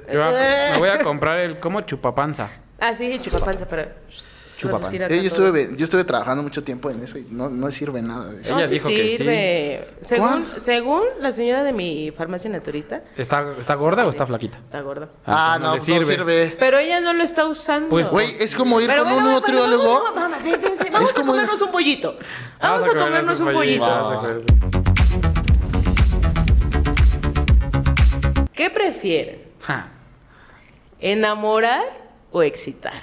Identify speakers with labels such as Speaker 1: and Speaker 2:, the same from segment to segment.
Speaker 1: Yo voy
Speaker 2: Eh.
Speaker 1: a- me voy a comprar el como chupapanza.
Speaker 2: Ah, sí, chupapanza para.
Speaker 3: Chupapanza.
Speaker 2: reducir
Speaker 3: Eh,
Speaker 2: acá
Speaker 4: Eh, yo,
Speaker 2: todo.
Speaker 4: estuve, yo estuve trabajando mucho tiempo en eso y no, no sirve nada. güey.
Speaker 2: No,
Speaker 1: Ella
Speaker 2: sí
Speaker 1: dijo que sí.
Speaker 2: sirve. Según,
Speaker 4: ¿Cuál?
Speaker 2: según la señora de mi farmacia naturista,
Speaker 1: ¿Está, está gorda o está flaquita?
Speaker 2: está gorda.
Speaker 1: Ah,
Speaker 4: Ah,
Speaker 1: pues no
Speaker 4: no,
Speaker 1: le
Speaker 4: no
Speaker 1: sirve.
Speaker 4: sirve.
Speaker 2: Pero ella no lo está usando.
Speaker 1: Pues,
Speaker 4: Güey, es como ir
Speaker 2: Pero
Speaker 4: con
Speaker 2: bueno, bueno,
Speaker 4: un nutriólogo.
Speaker 2: Vamos, vamos, vamos, vamos, vamos
Speaker 4: Es
Speaker 2: a
Speaker 4: como ir-
Speaker 2: comernos un pollito. Ah, Vamos a comernos un pollito.
Speaker 1: pollitos,
Speaker 4: pollito.
Speaker 1: vamos a comernos-
Speaker 2: ¿Qué prefieren?
Speaker 1: Ja,
Speaker 2: ¿Enamorar o excitar?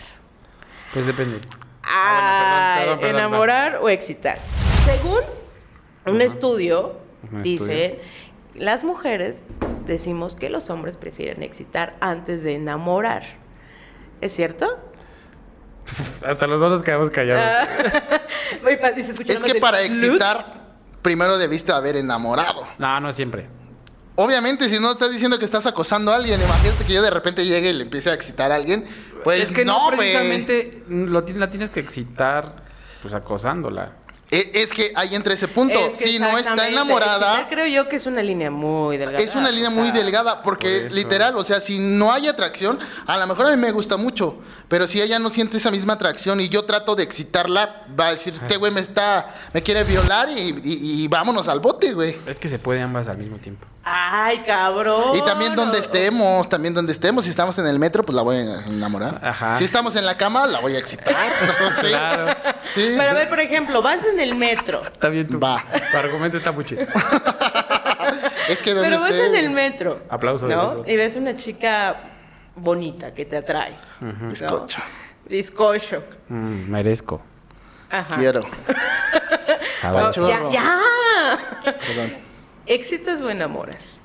Speaker 1: Pues depende.
Speaker 2: Ah,
Speaker 1: perdón, perdón, perdón,
Speaker 2: enamorar o excitar. Según un estudio,
Speaker 1: Un
Speaker 2: dice, las mujeres decimos que los hombres prefieren excitar antes de enamorar. ¿Es cierto? Ah,
Speaker 1: Hasta los dos nos quedamos callados.
Speaker 2: Muy pa- y se escucha nada
Speaker 4: Es
Speaker 2: más
Speaker 4: que
Speaker 2: el
Speaker 4: para
Speaker 2: "Lut".
Speaker 4: excitar, primero debiste haber enamorado.
Speaker 1: No, no siempre.
Speaker 4: Obviamente, si no estás diciendo que estás acosando a alguien, imagínate que yo de repente llegue y le empiece a excitar a alguien. Pues
Speaker 1: es que no,
Speaker 4: no, güey.
Speaker 1: precisamente mm, lo, ti- la tienes que excitar pues acosándola.
Speaker 4: E- Es que ahí entra ese punto.
Speaker 2: Es que
Speaker 4: si no está
Speaker 2: exactamente,
Speaker 4: enamorada,
Speaker 2: excitar creo yo que es una línea muy delgada.
Speaker 4: es una línea
Speaker 2: o
Speaker 4: muy
Speaker 2: sea,
Speaker 4: delgada. Porque
Speaker 1: por eso.
Speaker 4: literal, o sea, si no hay atracción, a lo mejor a mí me gusta mucho. Pero si ella no siente esa misma atracción y yo trato de excitarla, va a decir, este güey me está, me quiere violar y, y- y vámonos al bote, güey.
Speaker 1: Es que se puede ambas al mismo tiempo.
Speaker 2: Ay, cabrón.
Speaker 4: Y también donde
Speaker 2: O-
Speaker 4: estemos, también donde estemos, si estamos en el metro, pues la voy a enamorar.
Speaker 1: Ajá.
Speaker 4: Si estamos en la cama, la voy a excitar. No sé.
Speaker 1: Claro.
Speaker 4: Sí.
Speaker 2: Pero a ver, por ejemplo, vas en el metro.
Speaker 1: Está bien tú.
Speaker 4: Va.
Speaker 1: Tu argumento está muy chido.
Speaker 4: Es que donde
Speaker 2: Pero vas
Speaker 4: esté,
Speaker 2: en el metro.
Speaker 1: Aplauso de
Speaker 2: ¿No?
Speaker 1: nosotros.
Speaker 2: Y ves una chica bonita que te atrae.
Speaker 4: bizcocho.
Speaker 2: Bizcocho.
Speaker 1: Mm, merezco.
Speaker 2: Ajá.
Speaker 4: Quiero.
Speaker 1: Sabroso.
Speaker 4: Pancho.
Speaker 2: Ya, ya.
Speaker 4: Perdón.
Speaker 2: ¿Exitas o enamoras?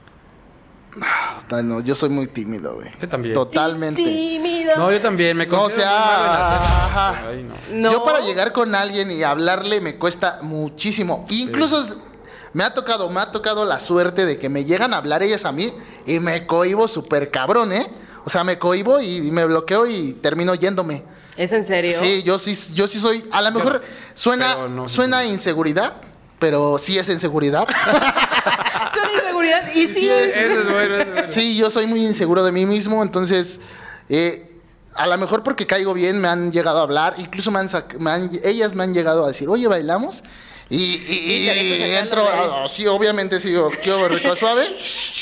Speaker 4: Ah, no, yo soy muy tímido, güey.
Speaker 1: Yo también.
Speaker 4: Totalmente.
Speaker 2: Tímido.
Speaker 1: No, yo también me
Speaker 4: No, o
Speaker 1: considero muy malo en hacer-
Speaker 4: sea, ajá.
Speaker 1: Ay, no.
Speaker 2: No.
Speaker 4: Yo para llegar con alguien y hablarle me cuesta muchísimo. Incluso es- me ha tocado, me ha tocado la suerte de que me llegan a hablar ellas a mí y me cohibo súper cabrón, ¿eh? O sea, me cohibo y, y me bloqueo y termino yéndome.
Speaker 2: ¿Es en serio?
Speaker 4: Sí, yo sí, yo sí soy. A lo mejor suena,
Speaker 1: pero no.
Speaker 4: suena inseguridad, pero sí es inseguridad.
Speaker 2: Ah, Son inseguridad. Y sí,
Speaker 4: Sí,
Speaker 2: es.
Speaker 4: sí.
Speaker 1: Eso es bueno, eso es bueno.
Speaker 4: Sí, yo soy muy inseguro de mí mismo, entonces eh, a lo mejor porque caigo bien me han llegado a hablar, incluso me han sac- me han- ellas me han llegado a decir, oye, bailamos. Y, y-
Speaker 2: Y te dejas
Speaker 4: y
Speaker 2: acá
Speaker 4: entro,
Speaker 2: lo de-
Speaker 4: ah, sí, obviamente sí, yo quiero rico suave,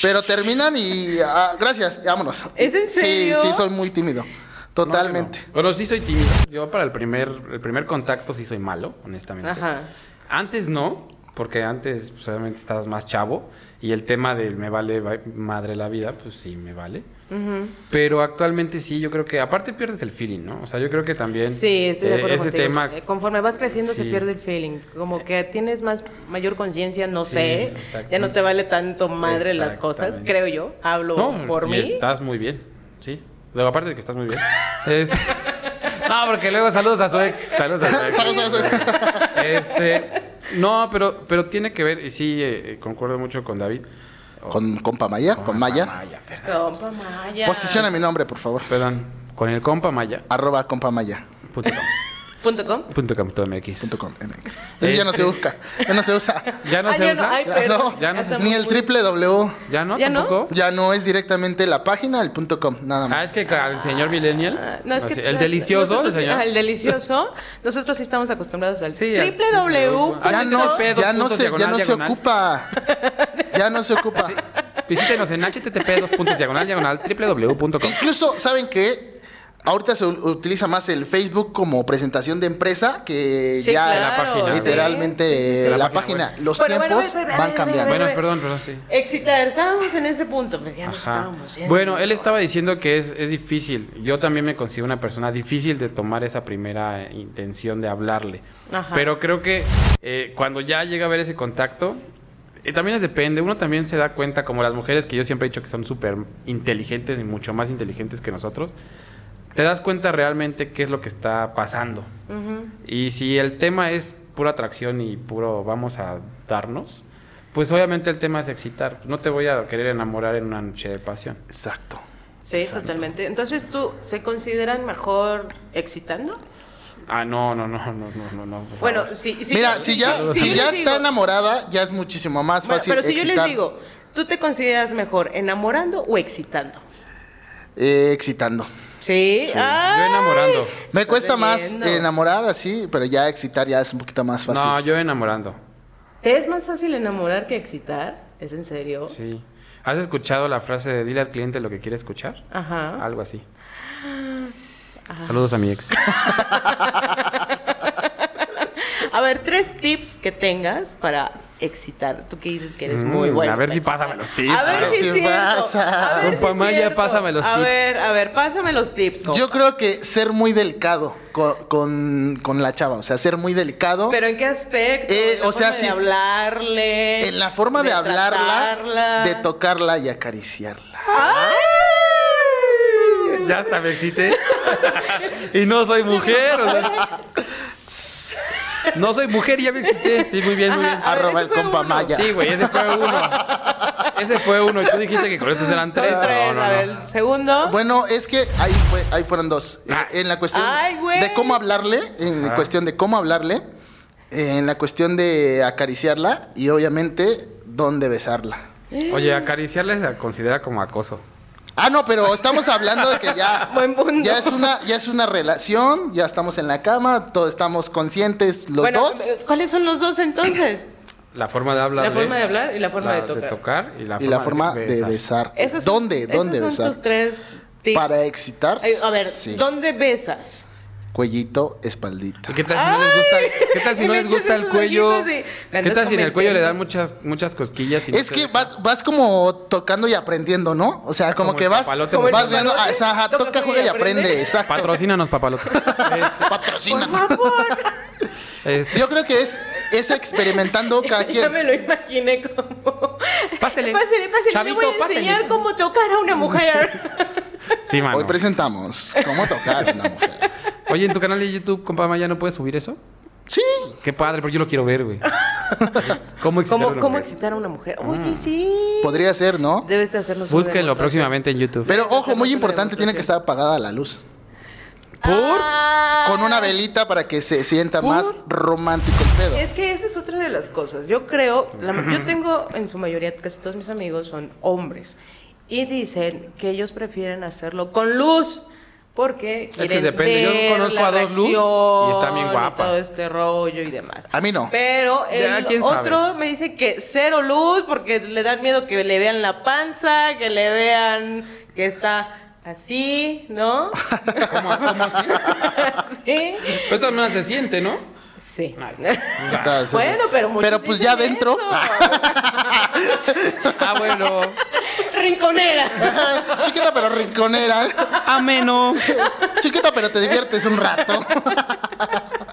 Speaker 4: pero terminan y ah, gracias, vámonos.
Speaker 2: ¿Es en serio?
Speaker 4: Sí, sí, soy muy tímido,
Speaker 1: No, yo no.
Speaker 4: totalmente.
Speaker 1: Bueno, sí soy tímido. Yo para el primer, el primer contacto sí soy malo, honestamente.
Speaker 2: Ajá.
Speaker 1: Antes no, porque antes pues, obviamente estabas más chavo y el tema del me vale va- madre la vida, pues sí me vale. Pero actualmente sí, yo creo que aparte pierdes el feeling, ¿no? O sea, yo creo que también
Speaker 2: Sí, estoy de
Speaker 1: eh,
Speaker 2: acuerdo
Speaker 1: ese
Speaker 2: contigo.
Speaker 1: tema
Speaker 2: Eh, Conforme vas creciendo se
Speaker 1: Sí.
Speaker 2: pierde el feeling. Como que tienes más mayor conciencia, no
Speaker 1: Sí,
Speaker 2: sé.
Speaker 1: exacto.
Speaker 2: Ya no te vale tanto madre las cosas,
Speaker 1: Exactamente.
Speaker 2: creo yo. Hablo
Speaker 1: No,
Speaker 2: por
Speaker 1: y
Speaker 2: mí.
Speaker 1: Estás muy bien, sí. Luego, aparte de que estás muy bien. Este- No, porque luego saludos a su ex. Saludos a su ex.
Speaker 4: Saludos a su ex.
Speaker 1: Este, no, pero, pero tiene que ver, y sí, eh, eh, concuerdo mucho con David.
Speaker 4: Con, con Pamaya, Ah, con Maya.
Speaker 1: Maya, perdón.
Speaker 2: Compa Maya.
Speaker 4: Posiciona mi nombre, por favor.
Speaker 1: Perdón, con el compa Maya.
Speaker 4: Arroba compamaya
Speaker 1: Punto com.
Speaker 2: Punto com.
Speaker 1: Punto com, punto MX.
Speaker 4: punto com MX. Eso ya no se busca, ya no se usa.
Speaker 1: Ah, Ya no
Speaker 2: Ay,
Speaker 1: se
Speaker 2: ya
Speaker 1: usa.
Speaker 2: ay,
Speaker 4: Ya
Speaker 2: pero-
Speaker 4: no,
Speaker 1: Este. ya no
Speaker 2: está
Speaker 1: se-
Speaker 2: muy-
Speaker 4: Ni el triple W.
Speaker 1: ¿Ya no?
Speaker 2: ¿Ya no?
Speaker 1: ¿Tampoco?
Speaker 4: Ya no es directamente la página, el punto com, nada
Speaker 1: Ah,
Speaker 4: más.
Speaker 1: es que al señor Millennial.
Speaker 2: Ah, no, es
Speaker 1: así,
Speaker 2: que-
Speaker 1: el delicioso, el
Speaker 2: nosotros-
Speaker 1: señor.
Speaker 2: ajá, el delicioso. Nosotros sí estamos acostumbrados al
Speaker 1: Sí, al-
Speaker 2: triple W.
Speaker 1: Ah,
Speaker 4: ya
Speaker 1: sí,
Speaker 4: no,
Speaker 1: pedo,
Speaker 4: ya
Speaker 1: punto,
Speaker 4: no se, ya
Speaker 1: diagonal,
Speaker 4: no se
Speaker 1: diagonal.
Speaker 4: ocupa. Ya no se ocupa.
Speaker 1: Visítenos en http dos puntos diagonal diagonal www.com.
Speaker 4: Incluso, ¿saben qué? Ahorita se u- utiliza más el Facebook como presentación de empresa que
Speaker 2: Sí,
Speaker 4: ya
Speaker 2: claro,
Speaker 1: la página,
Speaker 2: sí.
Speaker 4: literalmente
Speaker 1: sí,
Speaker 4: la,
Speaker 1: la página
Speaker 4: página.
Speaker 1: web.
Speaker 4: Los
Speaker 2: Bueno, bueno,
Speaker 4: tiempos
Speaker 2: bueno, bueno,
Speaker 4: van
Speaker 2: bueno,
Speaker 4: cambiando.
Speaker 1: Bueno,
Speaker 2: bueno.
Speaker 1: perdón, perdón, sí.
Speaker 2: Excitar, estábamos en ese punto, pero ya no
Speaker 1: Ajá.
Speaker 2: estábamos. ya
Speaker 1: Bueno,
Speaker 2: no.
Speaker 1: él estaba diciendo que es, es difícil. Yo también me considero una persona difícil de tomar esa primera eh, intención de hablarle.
Speaker 2: Ajá.
Speaker 1: Pero creo que eh, cuando ya llega a haber ese contacto, eh, también es depende. Uno también se da cuenta, como las mujeres que yo siempre he dicho que son súper inteligentes y mucho más inteligentes que nosotros, te das cuenta realmente qué es lo que está pasando. Y si el tema es pura atracción y puro vamos a darnos, pues obviamente el tema es excitar. No te voy a querer enamorar en una noche de pasión.
Speaker 4: Exacto.
Speaker 2: Sí, totalmente. Entonces, ¿tú se consideran mejor excitando?
Speaker 1: Ah, no, no, no, no, no, no. no por
Speaker 2: Bueno,
Speaker 1: favor.
Speaker 2: sí, sí.
Speaker 4: Mira,
Speaker 2: sí,
Speaker 4: si ya,
Speaker 2: sí,
Speaker 4: si
Speaker 2: sí,
Speaker 4: ya
Speaker 2: sí,
Speaker 4: está
Speaker 2: digo.
Speaker 4: enamorada, ya es muchísimo más
Speaker 2: Bueno,
Speaker 4: fácil
Speaker 2: pero si yo les
Speaker 4: excitar.
Speaker 2: digo, ¿tú te consideras mejor enamorando o excitando?
Speaker 4: eh, excitando.
Speaker 2: Sí. Ay.
Speaker 1: Yo enamorando.
Speaker 4: Me
Speaker 2: Estás
Speaker 4: cuesta más
Speaker 2: bebiendo.
Speaker 4: enamorar así, pero ya excitar ya es un poquito más fácil.
Speaker 1: No, yo enamorando.
Speaker 2: ¿Te es más fácil enamorar que excitar? ¿Es en serio?
Speaker 1: Sí. ¿Has escuchado la frase de dile al cliente lo que quiere escuchar?
Speaker 4: Ah.
Speaker 2: Ajá.
Speaker 1: Algo así.
Speaker 2: Ah.
Speaker 1: Saludos a mi ex.
Speaker 2: A ver, tres tips que tengas para excitar. Tú que dices que eres
Speaker 1: Mm,
Speaker 2: muy bueno.
Speaker 1: a ver si
Speaker 2: para
Speaker 1: pásame
Speaker 2: excitar.
Speaker 1: los tips.
Speaker 2: A ver
Speaker 1: A ver
Speaker 2: si,
Speaker 4: si
Speaker 2: es cierto.
Speaker 4: pasa.
Speaker 2: A ver si
Speaker 1: Compa
Speaker 2: es
Speaker 1: Maya,
Speaker 2: cierto.
Speaker 1: pásame los
Speaker 2: A
Speaker 1: tips.
Speaker 2: ver, a ver, pásame los tips. compa.
Speaker 4: Yo creo que ser muy delicado con, con- con la chava, o sea, ser muy delicado.
Speaker 2: Pero en qué aspecto?
Speaker 4: Eh,
Speaker 2: ¿En la
Speaker 4: o sea,
Speaker 2: forma de
Speaker 4: sí.
Speaker 2: hablarle.
Speaker 4: en la forma de, hablarla,
Speaker 2: tratarla?
Speaker 4: de tocarla y acariciarla.
Speaker 1: ya hasta me excité. y no soy mujer. o sea. no soy mujer, ya me excité. Sí, muy bien, muy bien.
Speaker 2: Ajá. A ver,
Speaker 4: Arroba
Speaker 2: ese
Speaker 4: el
Speaker 2: fue
Speaker 4: compa
Speaker 2: uno.
Speaker 4: Maya.
Speaker 1: Sí, güey, ese fue uno. Ese fue uno. Y tú dijiste que con estos eran
Speaker 2: Son
Speaker 1: tres. No,
Speaker 2: tres,
Speaker 1: no,
Speaker 2: a
Speaker 1: no.
Speaker 2: ver, segundo.
Speaker 4: Bueno, es que ahí, fue, ahí fueron dos. Eh,
Speaker 1: Ah.
Speaker 4: En la cuestión
Speaker 2: Ay, güey.
Speaker 4: de cómo hablarle, en
Speaker 1: Ah.
Speaker 4: cuestión de cómo hablarle, eh, en la cuestión de acariciarla y obviamente dónde besarla.
Speaker 1: Oye, acariciarles se considera como acoso.
Speaker 4: Ah, no, pero estamos hablando de que ya,
Speaker 2: Buen punto.
Speaker 4: ya es una, ya es una relación, ya estamos en la cama, todos estamos conscientes los
Speaker 2: Bueno, eh,
Speaker 4: dos
Speaker 2: ¿cuáles son los dos entonces?
Speaker 1: La forma de hablar.
Speaker 2: La forma de hablar y la forma de tocar.
Speaker 1: y la
Speaker 4: y la
Speaker 1: forma,
Speaker 4: forma de besar.
Speaker 2: Esos son-
Speaker 4: ¿Dónde, dónde
Speaker 2: esos son
Speaker 4: besar?
Speaker 2: tus tres tips.
Speaker 4: Para excitar.
Speaker 2: Ay, a ver,
Speaker 4: sí.
Speaker 2: ¿dónde besas?
Speaker 4: Cuellito, espaldita.
Speaker 1: ¿Y qué tal si no les gusta, qué tal si
Speaker 2: Y
Speaker 1: no
Speaker 2: le
Speaker 1: les
Speaker 2: echas
Speaker 1: gusta el
Speaker 2: esos
Speaker 1: cuello?
Speaker 2: ojitos de- Me
Speaker 1: ¿Qué
Speaker 2: andas
Speaker 1: tal si en el cuello le dan
Speaker 2: convenciendo.
Speaker 1: muchas muchas cosquillas? y no
Speaker 4: Es
Speaker 1: se-
Speaker 4: que vas, vas como tocando y aprendiendo, ¿no? O sea, como,
Speaker 1: Como
Speaker 4: que
Speaker 1: el
Speaker 4: vas,
Speaker 1: papalote
Speaker 2: Como el
Speaker 4: vas viendo,
Speaker 2: papalote,
Speaker 4: ah, esa, ajá,
Speaker 2: toca,
Speaker 4: toca, juega y aprende, exacto.
Speaker 1: Patrocínanos, papalote. Este,
Speaker 2: Por
Speaker 4: Patrocina.
Speaker 2: favor.
Speaker 1: este,
Speaker 4: Yo creo que es, es experimentando cada
Speaker 2: ya me
Speaker 4: quien.
Speaker 2: lo imaginé como.
Speaker 1: Pásele.
Speaker 2: Pásele, pásele.
Speaker 1: Chavito,
Speaker 2: le voy a
Speaker 1: pásele.
Speaker 2: enseñar cómo tocar a una mujer.
Speaker 1: Sí, mano.
Speaker 4: Hoy presentamos cómo tocar a una mujer.
Speaker 1: Oye, en tu canal de YouTube, compa Maya, ¿no puedes subir eso?
Speaker 4: Sí,
Speaker 1: Qué padre, pero yo lo quiero ver, güey. ¿Cómo excitar a
Speaker 2: ¿Cómo,
Speaker 1: una mujer?
Speaker 2: cómo
Speaker 1: Mm.
Speaker 2: excitar a una mujer? Oye, sí.
Speaker 4: podría ser, ¿no?
Speaker 2: Debes de hacernos una
Speaker 1: Búsquenlo
Speaker 2: demostración.
Speaker 1: próximamente en YouTube.
Speaker 4: Pero ojo,
Speaker 2: Hacemos
Speaker 4: muy
Speaker 2: una
Speaker 4: importante, tiene que estar
Speaker 2: demostración.
Speaker 4: apagada la luz.
Speaker 1: ¿Por?
Speaker 2: Ah.
Speaker 4: Con una velita para que se sienta más romántico el pedo.
Speaker 2: Es que esa es otra de las cosas. Yo creo, la ma- yo tengo en su mayoría, casi todos mis amigos son hombres y dicen que ellos prefieren hacerlo con luz. Porque
Speaker 1: que
Speaker 2: quieren
Speaker 1: depende. Yo
Speaker 2: ver
Speaker 1: conozco
Speaker 2: la
Speaker 1: a dos luz y
Speaker 2: reacción
Speaker 1: están bien guapas.
Speaker 2: todo este rollo y demás.
Speaker 4: A mí no.
Speaker 2: Pero el
Speaker 1: Ya, ¿quién sabe?
Speaker 2: otro me dice que cero luz porque le dan miedo que le vean la panza, que le vean que está así, ¿no?
Speaker 1: ¿Cómo, cómo así?
Speaker 2: sí.
Speaker 1: Pero de todas maneras se siente, ¿no?
Speaker 2: Sí.
Speaker 4: Está-
Speaker 2: Bueno, pero muchos
Speaker 4: Pero pues ya
Speaker 2: dicen
Speaker 4: adentro.
Speaker 2: eso.
Speaker 1: Ah, bueno.
Speaker 2: Rinconera.
Speaker 4: Chiquita pero rinconera.
Speaker 1: Ameno.
Speaker 4: Chiquita pero te diviertes un rato.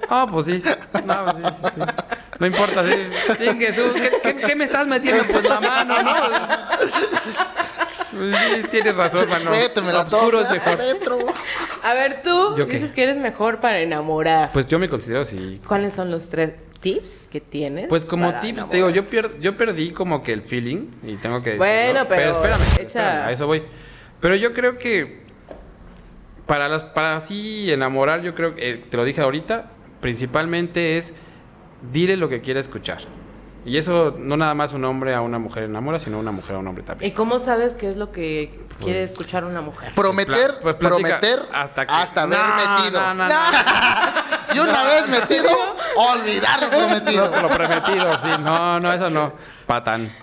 Speaker 1: Ah, pues sí. No, pues sí, sí, sí. No importa, sí. Chingue su- ¿Qué, qué, qué me estás metiendo? Pues la mano, ¿no? Pues Sí, tienes razón, mano.
Speaker 4: Métemela toda
Speaker 1: Oscuro es mejor.
Speaker 4: adentro.
Speaker 2: A ver, tú
Speaker 1: ¿Yo qué?
Speaker 2: dices que eres mejor para enamorar.
Speaker 1: Pues yo me considero sí.
Speaker 2: ¿Cuáles son los tres tips que tienes?
Speaker 1: Pues como
Speaker 2: para
Speaker 1: tips,
Speaker 2: enamorar?
Speaker 1: te digo, yo, pier- yo perdí como que el feeling y tengo que decirlo.
Speaker 2: Bueno, pero
Speaker 1: espérame,
Speaker 2: echa-
Speaker 1: espérame, a eso voy. Pero yo creo que para las para así enamorar, yo creo que eh, te lo dije ahorita, principalmente es dile lo que quiere escuchar. Y eso no nada más un hombre a una mujer enamora, sino una mujer a un hombre también.
Speaker 2: ¿Y cómo sabes qué es lo que quiere
Speaker 1: Pues
Speaker 2: escuchar una mujer?
Speaker 4: Prometer,
Speaker 1: Pla- pues, plática
Speaker 4: prometer hasta,
Speaker 1: hasta que-
Speaker 4: haber
Speaker 1: No,
Speaker 4: metido.
Speaker 1: no, no, no.
Speaker 4: Y una vez metido, olvidar lo prometido.
Speaker 1: Lo, lo prometido, sí. No, no, eso no. Patán.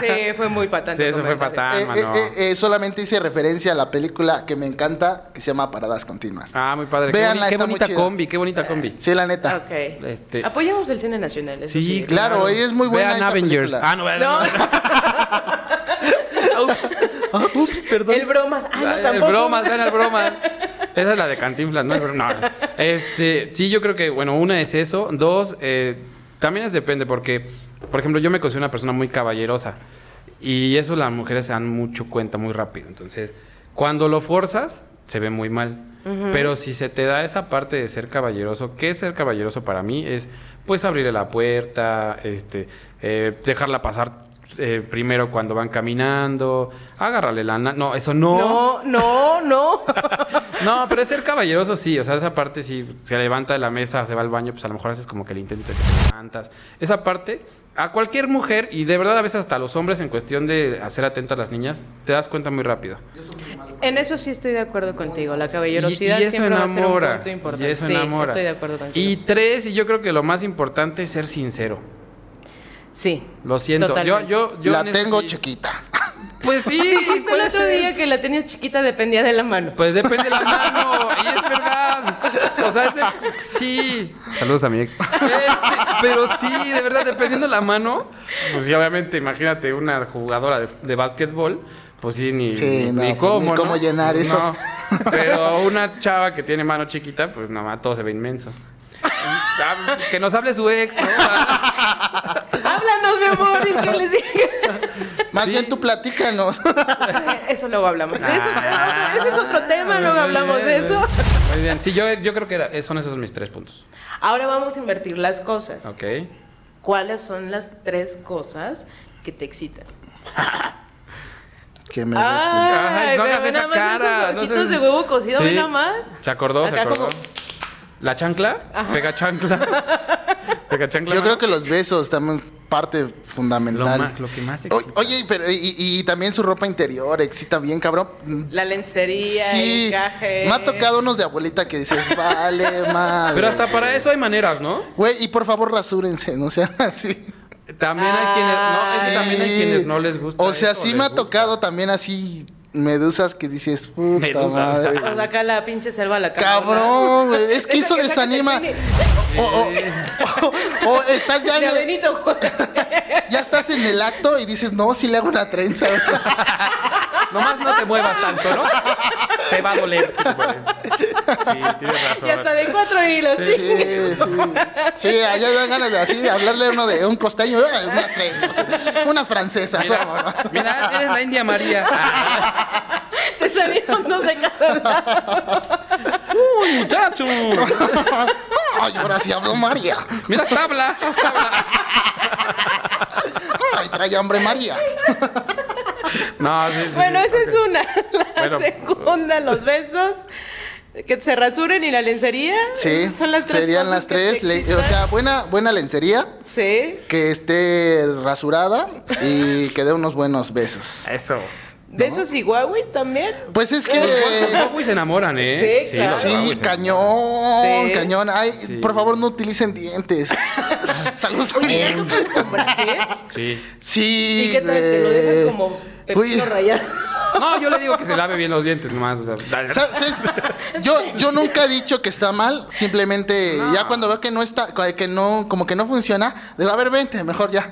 Speaker 2: Sí, fue muy patán.
Speaker 1: Sí,
Speaker 2: tu
Speaker 1: eso fue
Speaker 2: comentario.
Speaker 1: patán.
Speaker 4: Eh, eh,
Speaker 1: mano.
Speaker 4: eh, eh, solamente hice referencia a la película que me encanta, que se llama Paradas Continuas.
Speaker 1: Ah, muy padre.
Speaker 4: Véanla,
Speaker 1: qué, boni- qué
Speaker 4: está muy
Speaker 1: bonita
Speaker 4: chida.
Speaker 1: combi, qué bonita combi.
Speaker 4: Sí, la neta.
Speaker 2: Ok.
Speaker 1: Este-
Speaker 2: Apoyamos el cine nacional. Eso sí,
Speaker 1: Sí,
Speaker 4: claro, ella es muy buena
Speaker 1: Vean
Speaker 4: esa
Speaker 1: Avengers.
Speaker 4: película.
Speaker 1: Ah, no, vean.
Speaker 2: No.
Speaker 1: no. Ups, perdón.
Speaker 2: El bromas. Ah, no,
Speaker 1: El
Speaker 2: tampoco.
Speaker 1: bromas, vean el bromas. Esa es la de Cantinflas, no el bromas. No. Este, sí, yo creo que, bueno, una es eso. Dos, eh, también es depende, porque, por ejemplo, yo me considero una persona muy caballerosa. Y eso las mujeres se dan mucho cuenta muy rápido. Entonces, cuando lo forzas, se ve muy mal. Pero si se te da esa parte de ser caballeroso, ¿qué es ser caballeroso para mí? Es, pues, abrirle la puerta, este, eh, dejarla pasar eh, primero cuando van caminando, agárrale la na- No, eso
Speaker 2: No, no, no.
Speaker 1: No, pero es ser caballeroso sí, o sea, esa parte sí, se levanta de la mesa, se va al baño, pues a lo mejor haces como que el intento te levantas. Esa parte, a cualquier mujer, y de verdad a veces hasta a los hombres en cuestión de hacer atentas a las niñas, te das cuenta muy rápido.
Speaker 2: En eso sí estoy de acuerdo contigo. La caballerosidad
Speaker 1: Y, y eso
Speaker 2: siempre va a ser un
Speaker 1: enamora.
Speaker 2: punto importante.
Speaker 1: Y eso
Speaker 2: Sí,
Speaker 1: enamora.
Speaker 2: estoy de acuerdo contigo.
Speaker 1: Y tres, y yo creo que lo más importante es ser sincero.
Speaker 2: sí.
Speaker 1: Lo siento. Yo,
Speaker 2: totalmente.
Speaker 1: yo, yo
Speaker 4: la
Speaker 1: en este eso
Speaker 4: tengo
Speaker 1: sí-
Speaker 4: chiquita.
Speaker 1: Pues sí,
Speaker 2: Dijiste el
Speaker 1: puede
Speaker 2: otro
Speaker 1: ser.
Speaker 2: día que la tenías chiquita dependía de la mano.
Speaker 1: Pues depende de la mano. Y es verdad. O sea, es de- sí. Saludos a mi ex. Este, pero sí, de verdad, dependiendo de la mano. Pues sí, obviamente, imagínate una jugadora de, de básquetbol. Pues sí, ni,
Speaker 4: Sí, no,
Speaker 1: ni
Speaker 4: pues,
Speaker 1: cómo.
Speaker 4: ni cómo
Speaker 1: ¿no?
Speaker 4: llenar
Speaker 1: No.
Speaker 4: eso.
Speaker 1: Pero una chava que tiene mano chiquita, pues nomás todo se ve inmenso. Ah, Que nos hable su ex, ¿no? Ah,
Speaker 2: Háblanos, mi amor, y que les dije.
Speaker 4: Más
Speaker 1: Sí.
Speaker 4: bien tú platícanos.
Speaker 2: Eso luego hablamos. De eso,
Speaker 4: Ah.
Speaker 2: ese es otro tema, luego
Speaker 1: muy
Speaker 2: hablamos de
Speaker 1: bien,
Speaker 2: eso.
Speaker 1: Muy bien. Sí, yo, yo creo que era- son esos mis tres puntos.
Speaker 2: Ahora vamos a invertir las cosas.
Speaker 1: Ok.
Speaker 2: ¿Cuáles son las tres cosas que te excitan?
Speaker 4: que me
Speaker 2: Ay,
Speaker 1: Ay, no
Speaker 2: pero
Speaker 1: hagas
Speaker 2: ve
Speaker 1: esa
Speaker 2: nada más
Speaker 1: cara.
Speaker 2: esos
Speaker 1: no
Speaker 2: ojitos
Speaker 1: seas-
Speaker 2: de huevo cocido,
Speaker 1: Sí.
Speaker 2: ve nada más.
Speaker 1: Se acordó, se
Speaker 2: Acá
Speaker 1: acordó.
Speaker 2: como-
Speaker 1: La chancla, pega chancla. pega chancla.
Speaker 4: Yo
Speaker 1: mano.
Speaker 4: creo que los besos también parte
Speaker 1: lo,
Speaker 4: fundamental.
Speaker 1: ma- lo que más
Speaker 4: O-
Speaker 1: excita.
Speaker 4: Oye, pero y, y también su ropa interior excita bien, cabrón.
Speaker 2: La lencería, el
Speaker 4: Sí,
Speaker 2: encaje.
Speaker 4: me ha tocado unos de abuelita que dices, vale, madre.
Speaker 1: Pero hasta para eso hay maneras, ¿no?
Speaker 4: Güey, y por favor rasúrense, no sean así.
Speaker 1: También hay quienes no, es que
Speaker 2: Sí.
Speaker 1: también hay quienes no les gusta.
Speaker 4: O sea,
Speaker 1: eso,
Speaker 4: sí
Speaker 1: les
Speaker 4: me ha
Speaker 1: gusta.
Speaker 4: tocado también así medusas que dices, puta
Speaker 1: Medusas.
Speaker 4: madre.
Speaker 2: O saca la pinche selva la cara.
Speaker 4: Cabrón, güey, es que
Speaker 2: Esa
Speaker 4: eso
Speaker 2: que sacas el
Speaker 4: desanima.
Speaker 2: pene.
Speaker 4: O, o- o- o estás ya en
Speaker 2: De a
Speaker 4: el-
Speaker 2: Benito Juárez.
Speaker 4: ya estás en el acto y dices, no, si le hago una trenza.
Speaker 1: Nomás no te muevas tanto, ¿no? Te va a doler si te mueves. Sí, tienes razón.
Speaker 2: Y hasta de cuatro hilos.
Speaker 4: Sí,
Speaker 2: sí.
Speaker 4: sí. Sí, allá dan ganas de así hablarle a uno de un costeño, "Ah, unas trenzas, unas francesas. vámonos".
Speaker 1: Mira, mira, eres la India María. Ah,
Speaker 2: Te salieron dos de cada lado.
Speaker 1: ¡Uy, muchacho!
Speaker 4: Ay, ahora sí habló María.
Speaker 1: Mira, hasta habla, hasta habla.
Speaker 4: Ay, trae hambre María.
Speaker 1: No, sí, sí,
Speaker 2: Bueno,
Speaker 1: sí,
Speaker 2: esa es
Speaker 1: ok.
Speaker 2: una. La
Speaker 1: Bueno.
Speaker 2: segunda, los besos. Que se rasuren y la lencería.
Speaker 4: Sí,
Speaker 2: Son las tres.
Speaker 4: serían
Speaker 2: cosas
Speaker 4: las
Speaker 2: que
Speaker 4: tres.
Speaker 2: te
Speaker 4: le- o
Speaker 2: excitan.
Speaker 4: sea, buena, buena lencería,
Speaker 2: Sí.
Speaker 4: que esté rasurada y que dé unos buenos besos.
Speaker 1: Eso.
Speaker 2: Besos y guauis también.
Speaker 4: Pues es
Speaker 1: Los
Speaker 4: que...
Speaker 1: guaguis se enamoran, ¿eh?
Speaker 2: Sí, claro.
Speaker 1: los guaguis
Speaker 4: Sí,
Speaker 1: se
Speaker 4: cañón,
Speaker 2: Sí.
Speaker 4: cañón. Ay,
Speaker 1: Sí.
Speaker 4: por favor no utilicen dientes. Saludos a mi
Speaker 2: Oye,
Speaker 4: ex.
Speaker 2: ¿no te compras tips?
Speaker 1: enamoran. Sí.
Speaker 4: Ah, Sí. eh,
Speaker 2: ¿Y qué tal que lo dejas
Speaker 4: güey.
Speaker 2: como
Speaker 4: Güey,
Speaker 2: pepino rayado?
Speaker 1: No, yo le digo que se lave bien los dientes nomás. O sea, dale.
Speaker 4: Sa- ¿sabes? Yo, yo nunca he dicho que está mal, simplemente
Speaker 1: No.
Speaker 4: ya cuando veo que no está, que no, como que no funciona, digo, a ver, vente, mejor ya.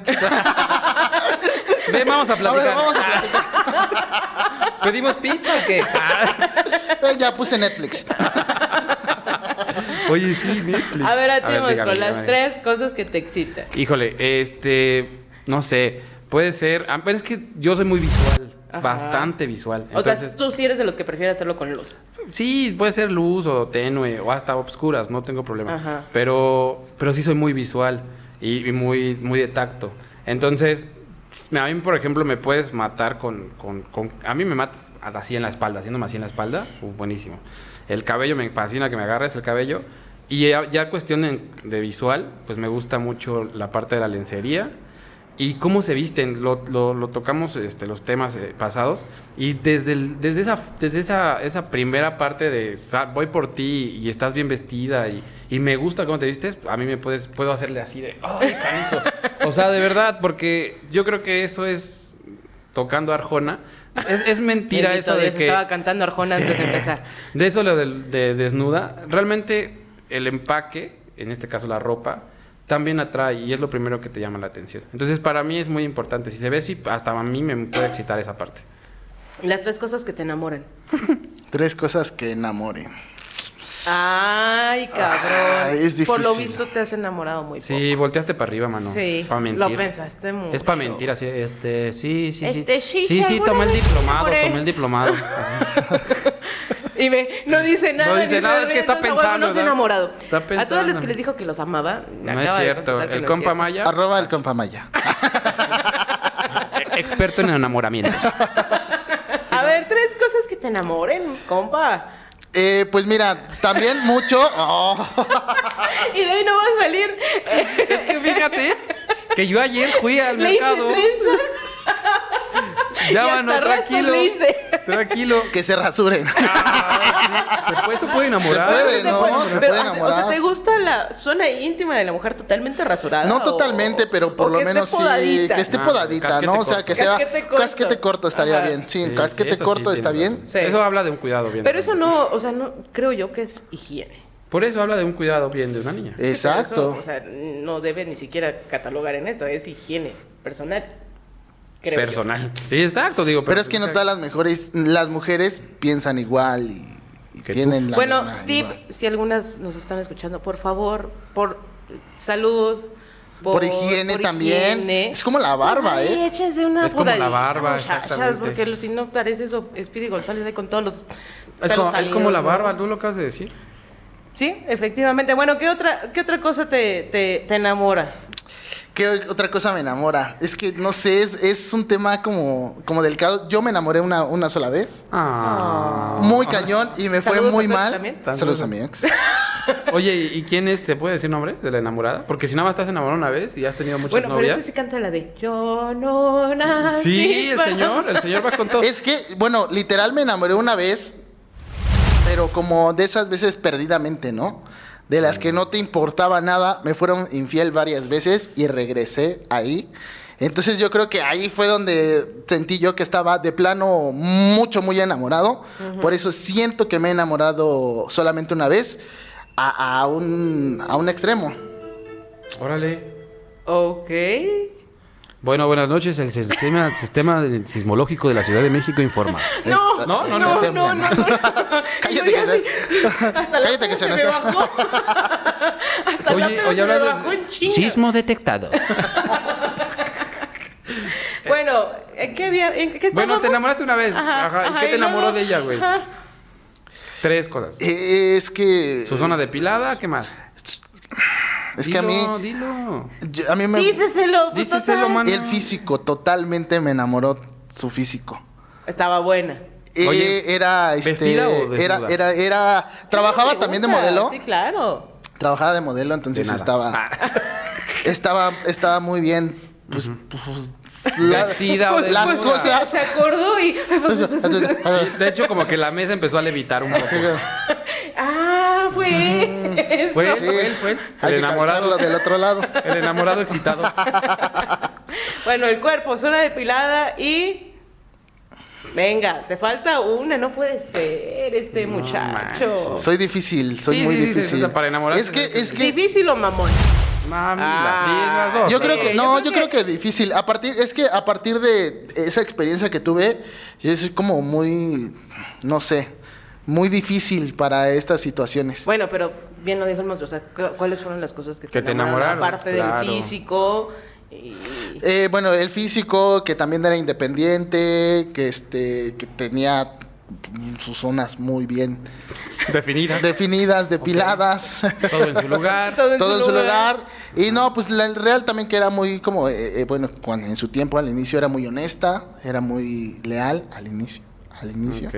Speaker 1: Ven, vamos a
Speaker 4: A
Speaker 1: platicar.
Speaker 4: ver, vamos a platicar.
Speaker 1: ¿Pedimos pizza o qué?
Speaker 4: Eh, ya puse Netflix.
Speaker 1: Oye, sí, Netflix.
Speaker 2: A ver, a ti, maestro,
Speaker 1: dígame,
Speaker 2: las
Speaker 1: dígame.
Speaker 2: tres cosas que te excitan.
Speaker 1: Híjole, este. No sé. Puede ser. ah, Pero es que yo soy muy visual.
Speaker 2: Ajá.
Speaker 1: Bastante visual.
Speaker 2: O
Speaker 1: Entonces,
Speaker 2: sea, tú sí eres de los que prefieren hacerlo con luz.
Speaker 1: sí, puede ser luz o tenue o hasta obscuras, no tengo problema.
Speaker 2: Ajá.
Speaker 1: Pero, pero sí soy muy visual y, y muy, muy de tacto. Entonces, a mí, por ejemplo, me puedes matar con... con- con- a mí me matas así en la espalda, haciéndome así en la espalda. uh, buenísimo. El cabello, me fascina que me agarres el cabello. Y ya, ya cuestión en- de visual, pues me gusta mucho la parte de la lencería. Y cómo se visten, lo, lo- lo tocamos este, los temas eh, pasados. Y desde, el- desde, esa, desde esa, esa primera parte de sa- voy por ti y estás bien vestida y, y me gusta cómo te vistes, a mí me puedes, puedo hacerle así de, ¡ay, canijo! O sea, de verdad, porque yo creo que eso es tocando Arjona. Es, es mentira
Speaker 2: Bendito
Speaker 1: eso de
Speaker 2: Dios,
Speaker 1: que...
Speaker 2: Estaba cantando Arjona antes de
Speaker 1: Sí.
Speaker 2: empezar.
Speaker 1: De eso lo del- de, desnuda, realmente el empaque, en este caso la ropa, también atrae y es lo primero que te llama la atención. Entonces para mí es muy importante. Si se ve así, hasta a mí me puede excitar esa parte.
Speaker 2: Las tres cosas que te enamoran.
Speaker 4: Tres cosas que enamoren.
Speaker 2: Ay, cabrón.
Speaker 4: Ay, es
Speaker 2: Por lo
Speaker 4: difícil.
Speaker 2: visto te has enamorado muy
Speaker 1: Sí, volteaste para arriba, mano.
Speaker 2: Sí,
Speaker 1: Pa' mentir.
Speaker 2: lo pensaste mucho.
Speaker 1: Es para mentir, así, este, sí, sí,
Speaker 2: Este,
Speaker 1: sí.
Speaker 2: sí,
Speaker 1: Sí, sí,
Speaker 2: alguna
Speaker 1: tomé el
Speaker 2: vez me
Speaker 1: diplomado,
Speaker 2: enamoré.
Speaker 1: tomé el diplomado. Así.
Speaker 2: poco. Y me, no dice nada.
Speaker 1: dice nada, es que está
Speaker 2: "Bueno,
Speaker 1: pensando,
Speaker 2: No se
Speaker 1: ¿no?
Speaker 2: ha enamorado.
Speaker 1: Está
Speaker 2: A todos los
Speaker 1: pensando.
Speaker 2: que les dijo que los amaba. me
Speaker 1: No es
Speaker 2: acaba de
Speaker 1: cierto.
Speaker 2: contestar que
Speaker 1: El
Speaker 2: no es
Speaker 1: compa
Speaker 2: cierto.
Speaker 1: Maya.
Speaker 4: Arroba el compa Maya.
Speaker 1: experto en enamoramientos.
Speaker 2: A ver, tres cosas que te enamoren, compa.
Speaker 4: Eh, pues mira, también mucho. Oh.
Speaker 2: Y de ahí no vas a salir.
Speaker 1: Es que fíjate que yo ayer fui al
Speaker 2: Le hice
Speaker 1: mercado.
Speaker 2: trenzas. y
Speaker 1: Ya,
Speaker 2: hasta
Speaker 1: mano,
Speaker 2: rastas
Speaker 1: tranquilo.
Speaker 2: le hice.
Speaker 1: Tranquilo.
Speaker 4: que se rasuren.
Speaker 1: Ah, sí, Se puede, se puede enamorar.
Speaker 4: Se puede,
Speaker 2: Pero te
Speaker 4: no,
Speaker 2: puedes-
Speaker 4: se
Speaker 2: pero,
Speaker 4: puede
Speaker 2: o sea, O
Speaker 4: enamorar.
Speaker 2: sea, ¿te gusta la zona íntima de la mujer totalmente rasurada?
Speaker 4: No
Speaker 2: o-
Speaker 4: totalmente, pero por
Speaker 2: o
Speaker 4: lo
Speaker 2: que esté
Speaker 4: menos sí
Speaker 2: podadita?
Speaker 4: que esté
Speaker 1: Ah,
Speaker 4: podadita,
Speaker 1: casquete
Speaker 4: ¿no? O sea,
Speaker 1: corto.
Speaker 4: que sea
Speaker 2: Casquete corto.
Speaker 4: casquete corto estaría
Speaker 2: Ajá.
Speaker 4: bien. Sí,
Speaker 1: Sí, sí,
Speaker 4: casquete
Speaker 1: eso sí
Speaker 4: corto
Speaker 1: tienes
Speaker 4: está bien.
Speaker 1: razón.
Speaker 2: Sí.
Speaker 1: Eso habla de un cuidado bien.
Speaker 2: Pero eso no, o sea, no creo yo que es higiene.
Speaker 1: Por eso habla de un cuidado bien de una niña.
Speaker 4: Eh, Exacto.
Speaker 2: Eso, o sea, no debe ni siquiera catalogar en esto, es higiene personal. Creo yo.
Speaker 1: Personal. Sí, exacto, digo.
Speaker 4: Pero es que no todas las mejores las mujeres piensan igual y, y
Speaker 1: Que tú.
Speaker 4: tienen la
Speaker 2: bueno,
Speaker 4: misma
Speaker 2: tip,
Speaker 4: igual.
Speaker 2: si algunas nos están escuchando, por favor, por salud,
Speaker 4: Por higiene también. Es como la barba,
Speaker 2: Pues ahí
Speaker 4: ¿eh?
Speaker 2: Échense una
Speaker 1: Es como la
Speaker 2: podadita,
Speaker 1: barba,
Speaker 2: muchachas,
Speaker 1: exactamente.
Speaker 2: porque lo- si no parece eso, Speedy González ahí con todos los.
Speaker 1: Es
Speaker 2: pelos
Speaker 1: como, es como
Speaker 2: salidos,
Speaker 1: la
Speaker 2: ¿no?
Speaker 1: barba, tú lo acabas de decir.
Speaker 2: Sí, efectivamente. Bueno, ¿qué otra, qué otra cosa te, te, te enamora?
Speaker 4: ¿Qué otra cosa me enamora? Es que no sé, es, es un tema como, como delicado. Yo me enamoré una, una sola vez.
Speaker 1: Ah.
Speaker 4: Muy cañón y me fue
Speaker 2: Saludos a
Speaker 4: muy
Speaker 2: tu ex
Speaker 4: mal.
Speaker 2: también.
Speaker 4: Saludos a mi ex.
Speaker 2: Ah.
Speaker 1: Oye, ¿y y quién es? ¿Te puede decir nombre de la enamorada? Porque si nada más estás enamorado una vez y has tenido muchas
Speaker 2: bueno, pero
Speaker 1: novias.
Speaker 2: este sí canta la de Yo no nací.
Speaker 1: Sí, el
Speaker 2: para-".
Speaker 1: señor, el señor va con todo.
Speaker 4: Es que, bueno, literal me enamoré una vez, pero como de esas veces perdidamente, ¿no? De las que no te importaba nada, me fueron infiel varias veces y regresé ahí. Entonces yo creo que ahí fue donde sentí yo que estaba de plano mucho, muy enamorado. Por eso siento que me he enamorado solamente una vez a, a un, a un extremo.
Speaker 1: Órale.
Speaker 2: Ok.
Speaker 3: Bueno, buenas noches. El sistema, sistema sismológico de la Ciudad de México informa.
Speaker 2: No,
Speaker 4: Está-
Speaker 2: no, no, no,
Speaker 4: está
Speaker 2: no, no,
Speaker 4: temblando. Cállate,
Speaker 2: Yo ya
Speaker 4: que se-
Speaker 2: sí. Hasta la
Speaker 4: Cállate, que
Speaker 2: pena
Speaker 4: se
Speaker 2: se
Speaker 4: nos
Speaker 2: me
Speaker 4: está-
Speaker 2: bajó. Hasta
Speaker 1: Oye,
Speaker 2: la
Speaker 1: oye,
Speaker 2: pena se me
Speaker 1: hablando de-
Speaker 2: bajó en chinga.
Speaker 3: Sismo detectado.
Speaker 2: Bueno, ¿en qué, había- en qué
Speaker 1: Bueno,
Speaker 2: estábamos?
Speaker 1: te enamoraste una vez. Ajá. ¿Y qué te enamoró
Speaker 2: luego-
Speaker 1: de ella, güey?
Speaker 2: Ajá.
Speaker 1: Tres cosas.
Speaker 4: Es que...
Speaker 1: Su zona depilada, ¿qué más?
Speaker 4: Es que a mí...
Speaker 1: Dilo, dilo.
Speaker 4: yo- a mí me...
Speaker 2: Díceselo. pues,
Speaker 1: Díceselo,
Speaker 2: total.
Speaker 1: mano.
Speaker 4: El físico, totalmente me enamoró su físico.
Speaker 2: Estaba buena.
Speaker 4: Eh,
Speaker 1: Oye,
Speaker 4: era este,
Speaker 1: ¿vestida o desnuda?
Speaker 4: era, era, era, trabajaba también de
Speaker 2: Pregunta,
Speaker 4: modelo,
Speaker 2: Sí, claro.
Speaker 4: trabajaba de modelo, entonces
Speaker 1: De nada. Ah.
Speaker 4: estaba, estaba, estaba muy bien, pues, pues, la-
Speaker 1: Vestida o
Speaker 4: las
Speaker 1: desnuda.
Speaker 4: cosas.
Speaker 2: Se acordó y...
Speaker 1: De hecho, como que la mesa empezó a levitar un poco.
Speaker 4: Sí,
Speaker 2: Ah,
Speaker 4: Mm.
Speaker 2: fue.
Speaker 1: Fue él,
Speaker 4: sí.
Speaker 1: fue él, fue él. El
Speaker 4: Hay que calzarlo
Speaker 1: enamorado.
Speaker 4: del otro lado.
Speaker 1: El enamorado excitado.
Speaker 2: Bueno, el cuerpo, zona depilada y. Venga, te falta una, no puede ser este
Speaker 1: Oh.
Speaker 2: muchacho.
Speaker 4: Soy difícil, soy
Speaker 1: Sí,
Speaker 4: muy
Speaker 1: sí, sí, sí,
Speaker 4: difícil.
Speaker 1: o sea, para enamorarse
Speaker 4: es que,
Speaker 1: tienes que
Speaker 4: es que
Speaker 2: Difícil o mamón.
Speaker 1: Mami,
Speaker 2: Ah.
Speaker 1: sí, esas dos.
Speaker 4: Yo creo
Speaker 2: Sí,
Speaker 4: que
Speaker 2: yo
Speaker 4: no,
Speaker 2: creo
Speaker 4: yo creo
Speaker 2: que-
Speaker 4: que difícil. A partir es que a partir de esa experiencia que tuve, yo soy como muy no sé, muy difícil para estas situaciones.
Speaker 2: Bueno, pero bien lo dijo el monstruo. O sea, cu- ¿cuáles fueron las cosas que te,
Speaker 1: Que te
Speaker 2: enamoraron?
Speaker 1: enamoraron,
Speaker 2: Aparte
Speaker 1: claro.
Speaker 2: del físico. y-
Speaker 4: Eh, bueno, el físico que también era independiente, que este que tenía sus zonas muy bien
Speaker 1: Definidas.
Speaker 4: definidas, depiladas.
Speaker 1: Todo en su lugar.
Speaker 4: todo en su lugar. Y no, pues la el Real también que era muy como, eh, eh, bueno, cuando en su tiempo al inicio era muy honesta, era muy leal al inicio, al inicio.
Speaker 1: Ok.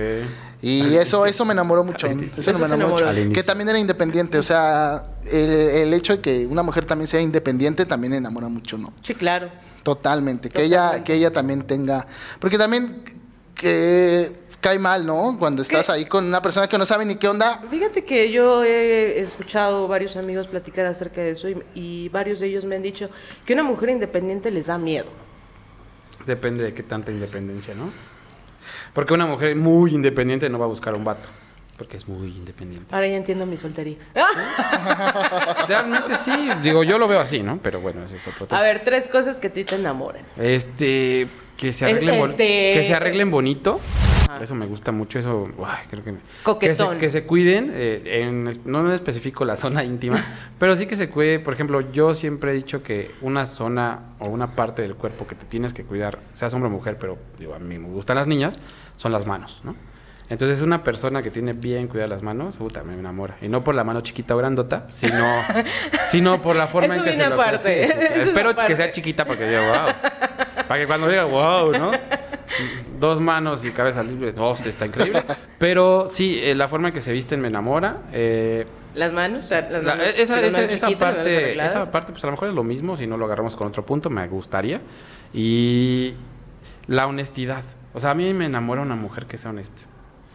Speaker 4: Y eso, eso me enamoró mucho. Eso,
Speaker 2: Eso te
Speaker 4: me enamoró mucho.
Speaker 2: enamoró. Al
Speaker 3: inicio.
Speaker 4: Que también era independiente, o sea, el, el hecho de que una mujer también sea independiente también enamora mucho, ¿no?
Speaker 2: Sí, claro.
Speaker 4: Totalmente. Que ella, que ella también tenga. Porque también que cae mal, ¿no? Cuando estás ahí con una persona que no sabe ni qué onda.
Speaker 2: Fíjate que yo he escuchado varios amigos platicar acerca de eso y, y varios de ellos me han dicho que una mujer independiente les da miedo.
Speaker 1: Depende de qué tanta independencia, ¿no? Porque una mujer muy independiente no va a buscar a un vato. Porque es muy independiente.
Speaker 2: Ahora ya entiendo mi soltería.
Speaker 1: Realmente sí, digo, yo lo veo así, ¿no? Pero bueno, ese es otro tema.
Speaker 2: A ver, tres cosas que a ti te enamoran.
Speaker 1: Este, que se arreglen, bon-
Speaker 2: Este-
Speaker 1: que se arreglen bonito.
Speaker 2: Ajá.
Speaker 1: Eso me gusta mucho, eso, uay, creo que... me- Que
Speaker 2: Coquetón.
Speaker 1: se, que se cuiden, eh, en- no en específico la zona íntima, pero sí que se cuide, por ejemplo, yo siempre he dicho que una zona o una parte del cuerpo que te tienes que cuidar, seas hombre o mujer, pero digo, a mí me gustan las niñas, son las manos, ¿no? Entonces una persona que tiene bien cuidadas las manos, puta, me enamora. Y no por la mano chiquita o grandota, sino, sino por la forma
Speaker 2: Eso
Speaker 1: en que se
Speaker 2: viene
Speaker 1: lo
Speaker 2: aparte,
Speaker 1: hace.
Speaker 2: eso es
Speaker 1: Espero que
Speaker 2: aparte.
Speaker 1: sea chiquita porque digo, wow. Para que cuando diga, wow, ¿no? Dos manos y cabeza libre, oh, está increíble. Pero sí, eh, la forma en que se visten me enamora. Eh,
Speaker 2: Las manos, o sea, las
Speaker 1: la-
Speaker 2: manos
Speaker 1: esa,
Speaker 2: tienen
Speaker 1: esa-
Speaker 2: manos
Speaker 1: esa
Speaker 2: chiquitas, manos
Speaker 1: parte,
Speaker 2: arregladas.
Speaker 1: esa parte, pues a lo mejor es lo mismo, si no lo agarramos con otro punto, me gustaría. Y la honestidad. O sea, a mí me enamora una mujer que sea honesta.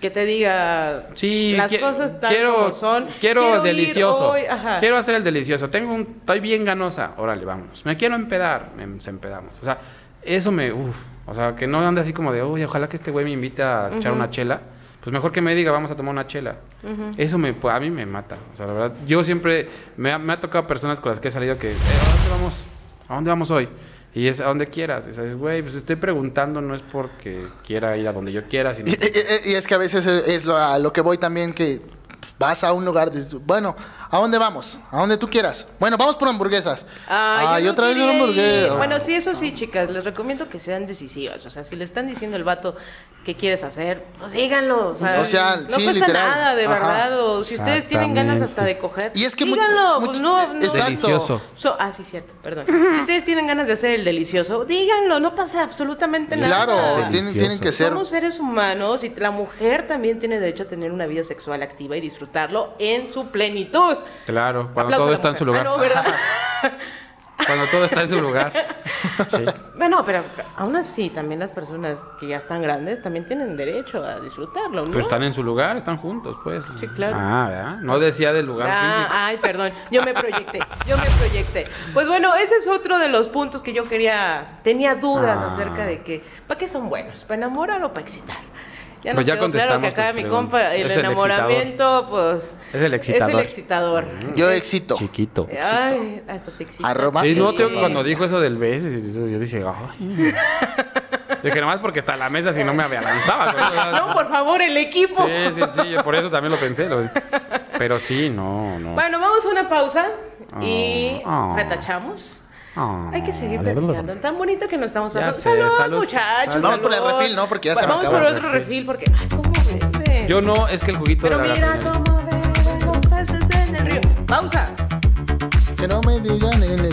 Speaker 2: Que te diga
Speaker 1: Sí,
Speaker 2: las
Speaker 1: qui-
Speaker 2: cosas tal
Speaker 1: quiero,
Speaker 2: como son.
Speaker 1: Quiero,
Speaker 2: ir
Speaker 1: delicioso.
Speaker 2: hoy, ajá.
Speaker 1: Quiero hacer el delicioso. Tengo un, estoy bien ganosa. Órale, vámonos. Me quiero empedar. Nos empedamos. O sea, eso me. Uf. O sea, que no ande así como de, uy, ojalá que este güey me invite a echar una chela. Pues mejor que me diga, vamos a tomar una chela. Eso me, pues, a mí me mata. O sea, la verdad, yo siempre. Me ha, me ha tocado personas con las que he salido que, "Eh, ¿a dónde vamos? ¿A dónde vamos hoy? Y es a donde quieras. Y sabes, güey, pues estoy preguntando, no es porque quiera ir a donde yo quiera, sino.
Speaker 4: Y,
Speaker 2: eh,
Speaker 4: y- y- y es que a veces es, es lo, a lo que voy también, que vas a un lugar, dices, bueno, ¿a dónde vamos? ¿A dónde tú quieras? Bueno, vamos por hamburguesas.
Speaker 2: Ay,
Speaker 4: Ay,
Speaker 2: Ah, yo no
Speaker 4: otra vez una
Speaker 2: quería ir.
Speaker 4: hamburguesa.
Speaker 2: Bueno, sí, eso sí, chicas, les recomiendo que sean decisivas. O sea, si le están diciendo al vato qué quieres hacer, pues díganlo. O sea,
Speaker 4: O sea,
Speaker 2: no
Speaker 4: sí,
Speaker 2: cuesta
Speaker 4: literal.
Speaker 2: nada, de
Speaker 4: Ajá.
Speaker 2: verdad. O si ustedes tienen ganas hasta de coger,
Speaker 4: Y es que mu-
Speaker 2: díganlo.
Speaker 4: much-
Speaker 2: pues no, no.
Speaker 4: Exacto.
Speaker 3: Delicioso.
Speaker 2: So- ah, sí, cierto, perdón. Si ustedes tienen ganas de hacer el delicioso, díganlo, no pasa absolutamente nada.
Speaker 4: Claro, tienen, tienen que ser.
Speaker 2: Somos seres humanos y la mujer también tiene derecho a tener una vida sexual activa y disfrutarlo en su plenitud.
Speaker 1: Claro, cuando
Speaker 2: Aplauso a
Speaker 1: todo
Speaker 2: la
Speaker 1: está en
Speaker 2: mujer.
Speaker 1: su lugar.
Speaker 2: Ah, no, ¿verdad?
Speaker 1: Cuando todo está en su lugar. Sí.
Speaker 2: Bueno, pero aún así, también las personas que ya están grandes también tienen derecho a disfrutarlo, ¿no?
Speaker 1: Pero Pues están en su lugar, están juntos, pues.
Speaker 2: Sí, claro.
Speaker 1: Ah, ¿verdad? No decía del lugar
Speaker 2: Ah,
Speaker 1: físico.
Speaker 2: ay, perdón, yo me proyecté, yo me proyecté. Pues bueno, ese es otro de los puntos que yo quería, tenía dudas
Speaker 1: Ah.
Speaker 2: acerca de que, ¿para qué son buenos? ¿Para enamorar o para excitar? Ya
Speaker 1: Pues
Speaker 2: nos
Speaker 1: ya
Speaker 2: quedó claro que
Speaker 1: contestamos
Speaker 2: acá
Speaker 1: tus
Speaker 2: mi
Speaker 1: preguntas.
Speaker 2: compa, el
Speaker 1: Es el
Speaker 2: enamoramiento, pues...
Speaker 1: Es el
Speaker 2: Es el
Speaker 1: excitador. Mm.
Speaker 2: excitador.
Speaker 4: Yo éxito.
Speaker 3: Chiquito.
Speaker 2: Ay, hasta te excita.
Speaker 4: Arroba
Speaker 1: Sí, no,
Speaker 4: el
Speaker 1: tío,
Speaker 4: papá.
Speaker 1: cuando dijo eso del beso, yo dije, ay. Yo dije, nomás porque está la mesa, si no me avanzaba.
Speaker 2: No, por favor, el equipo.
Speaker 1: Sí, sí, sí, yo por eso también lo pensé. lo- Pero sí, no, no.
Speaker 2: Bueno, vamos a una pausa y
Speaker 1: Ah.
Speaker 2: retachamos.
Speaker 1: Ah.
Speaker 2: Hay que seguir platicando. Tan bonito que nos estamos
Speaker 1: Ya
Speaker 2: pasando.
Speaker 1: sé,
Speaker 2: salud,
Speaker 1: salud.
Speaker 2: muchachos.
Speaker 1: Vamos
Speaker 4: por el
Speaker 2: salud.
Speaker 4: refil, ¿no? Porque ya se me
Speaker 2: Vamos
Speaker 4: acabó
Speaker 2: por
Speaker 4: el
Speaker 2: otro refil porque. Ay, ¿cómo beben?
Speaker 1: Yo no, es que el juguito
Speaker 2: Pero
Speaker 1: de la
Speaker 2: mira
Speaker 1: racionalidad.
Speaker 2: cómo beben los peces en el río. Pausa.
Speaker 4: Que no me digan en el